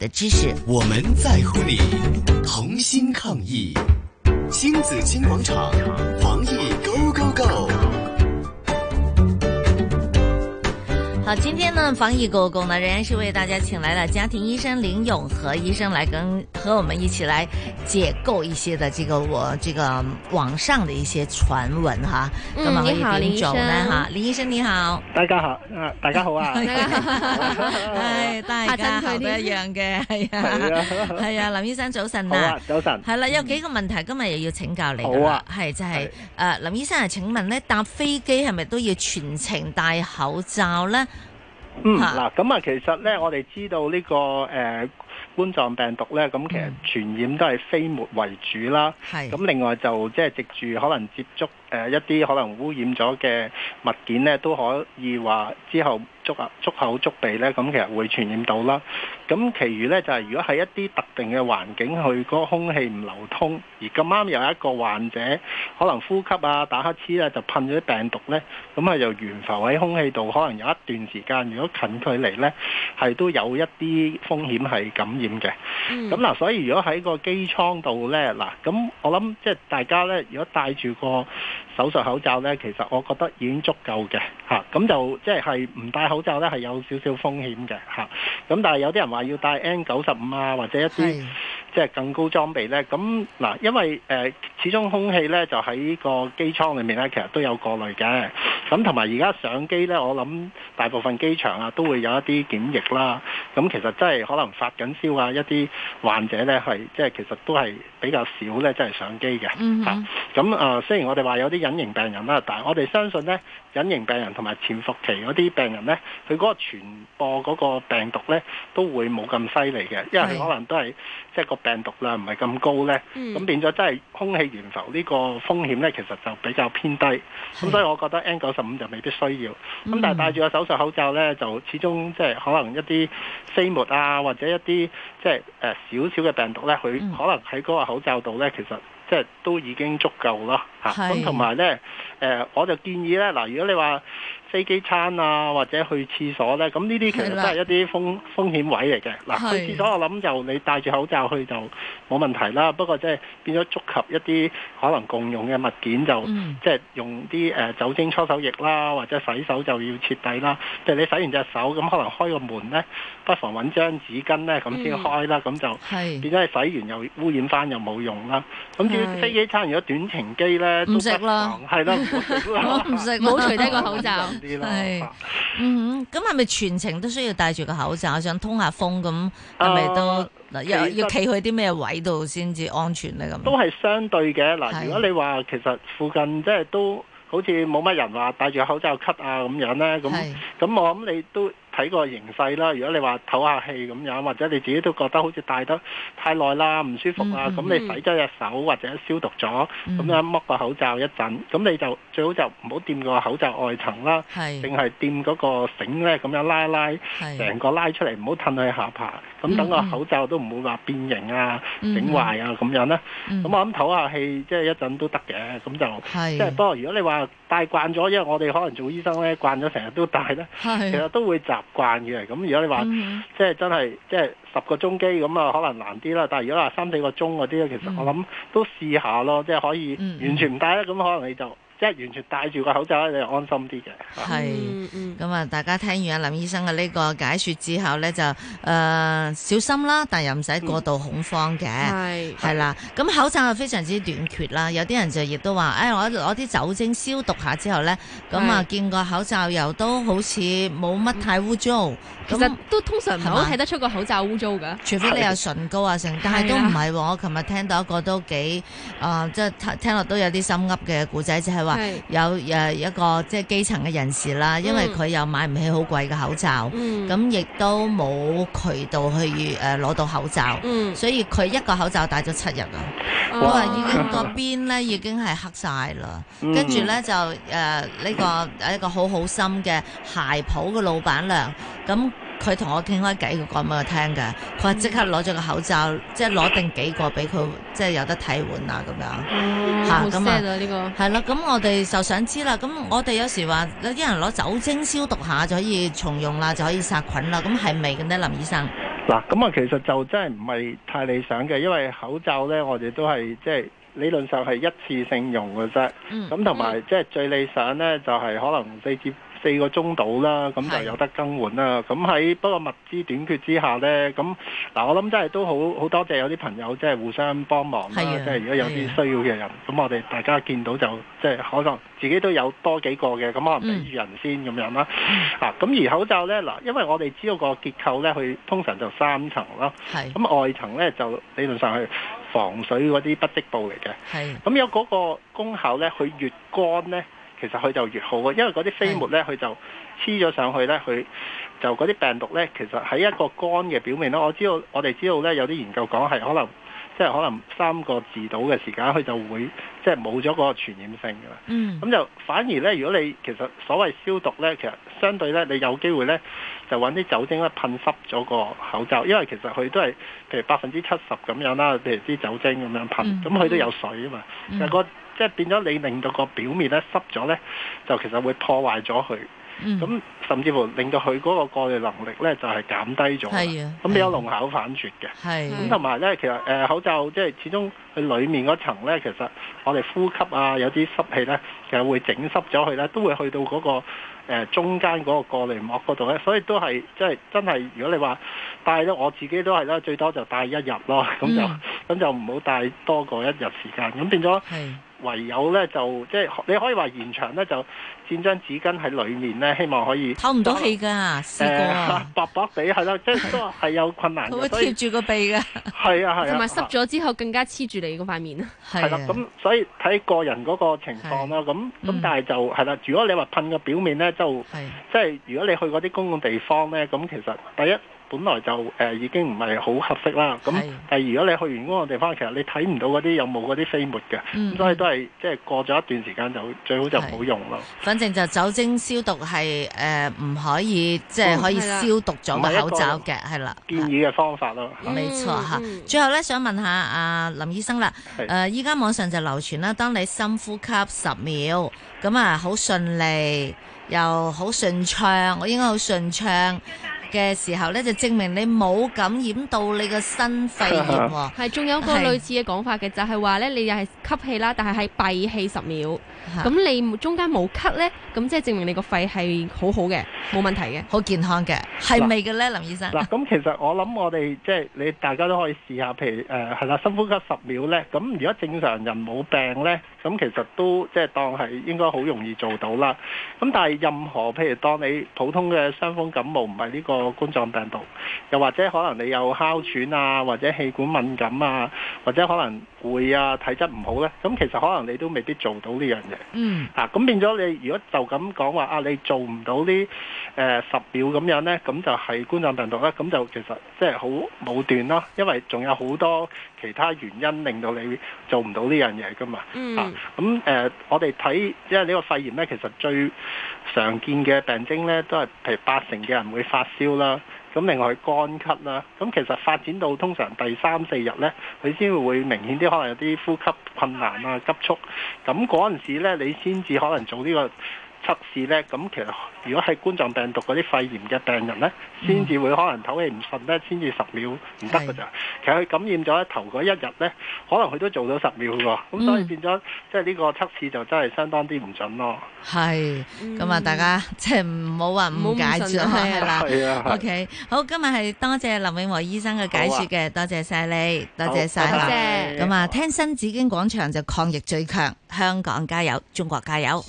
的知识。我们在乎你，同心抗疫。星子金广场，防疫 Go Go Go！好，今天呢，防疫狗狗呢，仍然是为大家请来了家庭医生林永和医生来跟呃和我们一起来解构一些的这个我这个网上的一些传闻哈。嗯咁啊可以你好點做呢林醫生哈，林医生你好。大家好，啊，大家好 啊，唉，哎大家嚇親佢校都添一樣嘅，係係啊，啊，係啊，林醫生早晨好啊啊。，早晨，係啦，有幾個問題今日又要請教你㗎好啦啊，係就係係誒林醫生啊，請問咧搭飛機係咪都要全程戴口罩咧？嗯，嚇嗱，咁啊，其實咧，我哋知道呢、個誒、呃冠狀病毒咧，咁其實嗯傳染都係飛沫為主啦。係咁另外就即係藉住可能接觸誒、呃一啲可能污染咗嘅物件咧，都可以話之後觸啊觸口觸鼻咧，咁其實會傳染到啦。咁其餘咧就係、如果喺一啲特定嘅環境，佢嗰個空氣唔流通，而咁啱有一個患者可能呼吸啊、打乞嗤啊，就噴咗啲病毒咧，咁啊又懸浮喺空氣度，可能有一段時間，如果近距離咧，係都有一啲風險係感染嘅。嗯咁嗱，所以如果喺個機艙度呢，嗱，咁我諗即係大家呢，如果戴住個手術口罩呢，其實我覺得已經足夠嘅嚇。咁就即係係唔戴口罩呢，係有少少風險嘅嚇。咁但係有啲人話要戴 N 九十五啊，或者一啲係即係更高裝備呢。咁嗱，因為誒、呃始終空氣呢，就喺個機艙裏面呢，其實都有過濾嘅。咁同埋而家上機呢，我諗大部分機場啊都會有一啲檢疫啦。咁其實真係可能發緊燒啊，一啲患者呢，係即係其實都係比較少呢，真係上機嘅。嗯嚇哼，咁啊、呃，雖然我哋話有啲隱形病人啦，啊但係我哋相信呢，隱形病人同埋潛伏期嗰啲病人呢，佢嗰個傳播嗰個病毒呢，都會冇咁犀利嘅，因為係佢可能都係即係個病毒量唔係咁高呢。嗯咁、變咗真係空氣懸浮呢個風險呢，其實就比較偏低。咁所以我覺得 N 九十五就未必需要。嗯咁但係戴住個手術口罩呢，就始終即係可能一啲飛沫啊，或者一啲即係誒少少嘅病毒呢，佢可嗯能喺嗰個口罩度呢，其實即係都已經足夠咯嚇。係咁同埋呢，誒、我就建議呢，嗱，如果你話飛機餐啊，或者去廁所呢，咁呢啲其實係都啦係一啲風風險位嚟嘅。嗱，係去廁所我諗就你戴住口罩去就冇問題啦。不過即係變咗觸及一啲可能共用嘅物件就。嗯即係用啲誒、呃酒精搓手液啦，或者洗手就要徹底啦。即係你洗完隻手，咁可能開個門呢，不妨揾張紙巾呢，嗯咁先開啦。咁、就係變咗係洗完又污染翻又冇用啦。咁至係於飛機餐，如果短程機呢，都唔食啦不妨，係啦，唔好食啦 我唔食，唔好除 低個口罩小心啲啦係嚇嗯哼，咁係咪全程都需要戴住個口罩，想通下風咁？係咪都啊嗱要其實要企去啲咩位度先至安全咧？咁都係相對嘅。係嗱，如果你話其實附近即係都好似冇乜人話戴住口罩咳啊咁樣呢。咁。係咁我諗你都睇個形勢啦。如果你話唞下氣咁樣，或者你自己都覺得好似戴得太耐啦，唔舒服啊，嗯嗯咁、你洗咗隻手或者消毒咗，咁、嗯樣剝個口罩一陣，咁你就最好就唔好掂個口罩外層啦，係淨係掂嗰個繩咧，咁樣拉一拉，係成個拉出嚟，唔好褪去下巴，咁等個嗯嗯嗯口罩都唔會話變形啊、嗯整壞啊咁樣啦。嗯咁我諗唞下氣，即係一陣都得嘅，咁就。即係係不過，如果你話戴慣咗，因為我哋可能做醫生咧，慣咗成日都戴咧，其係實都會習慣嘅。咁如果你話、嗯哼即係真係即係十個鐘機咁啊，可能難啲啦。但係如果話三四個鐘嗰啲咧，其實嗯我諗都試下咯，即係可以嗯嗯完全唔戴咧，咁可能你就即係完全戴住個口罩咧，你就安心啲嘅。係。嗯嗯咁啊，大家聽完阿林醫生嘅呢個解說之後咧，就誒、呃小心啦，但又唔使過度恐慌嘅。嗯係係啦，咁口罩係非常之短缺啦，有啲人就亦都話，誒、哎我攞啲酒精消毒下之後咧，咁啊係見個口罩又都好似冇乜太污糟，其咁實都通常唔係好睇得出個口罩污糟㗎。除非你有唇膏啊成，但係都唔係喎。我琴日聽到一個都幾啊、即係聽聽落都有啲心噏嘅故仔，就係話係有誒一個即係基層嘅人士啦，因為嗯佢又買唔起好貴嘅口罩，嗯咁亦都冇渠道去誒攞、到口罩，嗯，哦所以佢一個口罩戴咗七日啊。我話已經個邊咧已經係黑晒啦，嗯跟住咧就誒呢、個一個好好心嘅鞋鋪嘅老闆娘，咁佢同我傾開偈，佢講俾我聽嘅，佢話即刻攞咗個口罩，即係攞定幾個俾佢，即係有得替換啊咁樣。哦嚇好咁啊 sad 啊呢個。係啦，咁我哋就想知啦。咁我哋有時話有啲人攞酒精消毒下就可以重用啦，就可以殺菌啦。咁係咪嘅呢，林醫生？嗱，咁啊，其實就真係唔係太理想嘅，因為口罩呢，我哋都係即係理論上係一次性用嘅啫。嗯，咁同埋即係最理想呢，就係、可能四至四個鐘到啦，咁係就有得更換啦。咁喺不過物資短缺之下呢，咁嗱我諗真係都好好多謝有啲朋友即係互相幫忙啦。係啊即係如果有係啲啊需要嘅人，咁我哋大家見到就即係可能自己都有多幾個嘅，咁可能俾住人先咁樣啦。嗯啊，咁而口罩呢，嗱，因為我哋知道個結構呢，佢通常就三層啦。係咁外層呢，就理論上係防水嗰啲不織布嚟嘅。係咁有嗰個功效咧，佢越乾咧，其實佢就越好啊嘅，因為嗰啲飛沫咧，佢就黐咗上去咧，佢就嗰啲病毒咧，其實喺一個乾嘅表面咯。我知道我哋知道咧，有啲研究講係可能即係可能三個字到嘅時間，佢就會即係冇咗嗰個傳染性㗎啦。嗯咁就反而咧，如果你其實所謂消毒咧，其實相對咧，你有機會咧就揾啲酒精咧噴濕咗個口罩，因為其實佢都係譬如百分之七十咁樣啦，譬如啲酒精咁樣嗯噴，咁佢都有水啊嘛。嗯但個即係變咗你令到個表面咧濕咗咧，就其實會破壞咗佢，嗯咁甚至乎令到佢嗰個過濾能力咧就係減低咗啦，係啊嗯咁比較濃厚反絕嘅。係咁同埋咧，其實誒、呃口罩即係始終佢裏面嗰層咧，其實我哋呼吸啊，有啲濕氣咧，其實會整濕咗佢咧，都會去到嗰、個、呃、中間嗰個過濾膜嗰度咧，所以都係即係真係，如果你話戴咧，我自己都係啦，最多就戴一日咯，咁就咁、嗯就唔好戴多過一日時間，咁變咗。係唯有咧就即係你可以話延長咧，就墊張紙巾喺裡面咧，希望可以唞唔到氣㗎，試過誒 啊，薄薄地係啦，即係都係有困難佢嘅，會所以貼住個鼻㗎，係啊係啊，同埋濕咗之後更加黐住你嗰塊面啊！係係啦，咁所以睇個人嗰個情況啦，咁嗯咁但係就係啦，如果你話噴個表面咧，就係即係如果你去嗰啲公共地方咧，咁其實第一本來就誒、呃已經唔係好合適啦，咁係第二如果你去完公共地方，其實你睇唔到嗰啲有冇嗰啲飛沫嘅，咁、嗯所以都係即係過咗一段時間就最好就唔好用咯。反正就酒精消毒係誒唔可以，即係嗯可以係啦消毒咗個口罩嘅，係啦。啊建議嘅方法咯，嚇冇哦錯嚇嗯嗯。最後咧，想問下阿林醫生啦，係誒依家網上就流傳啦，當你深呼吸十秒，咁啊好順利又好順暢，我應該好順暢嘅時候咧，就證明你冇感染到你個新肺炎 喎係，仲有個係類似嘅講法嘅，就係話咧，你又係吸氣啦，但係係閉氣十秒，嚇咁你中間冇咳咧，咁即係證明你個肺係好好嘅，冇問題嘅。好健康嘅，係咪嘅咧，林醫生？嗱，咁其實我諗我哋即係你大家都可以試下，譬如誒係啦，深呼吸十秒咧。咁如果正常人冇病咧，咁其實都即係當係應該好容易做到啦。咁但係任何譬如當你普通嘅傷風感冒，唔係呢個冠狀病毒，又或者可能你有哮喘啊，或者氣管敏感啊，或者可能攰啊、體質唔好咧，咁其實可能你都未必做到呢樣嘢。嗯，啊，咁變咗你如果就咁講話啊，你做唔到呢誒十秒咁樣呢，咁就係冠狀病毒啦，咁就其實即係好武斷咯，因為仲有好多其他原因令到你做唔到呢樣嘢噶嘛。啊嗯，咁誒、呃我哋睇即係呢個肺炎咧，其實最常見嘅病徵咧，都係譬如八成嘅人會發燒啦，咁另外乾咳啦，咁其實發展到通常第三四日咧，佢先會明顯啲，可能有啲呼吸困難啊、急促，咁嗰陣時咧，你先至可能做呢個測試咧，咁其實如果係冠狀病毒嗰啲肺炎嘅病人咧，先至會可能唞氣唔順咧，先至十秒唔得㗎咋。其實佢感染咗頭嗰一日咧，可能佢都做到十秒喎，咁所以嗯變咗即係呢個測試就真係相當之唔準咯。係，嗯咁啊，大家即係唔好話誤解住唔好咁信啊係啦。係啊，係 OK，好，今日係多謝林永和醫生嘅解說啊嘅，多謝晒你，多謝晒啊好啦。多謝咁啊，聽新紫荊廣場就抗疫最強，香港加油，中國加油！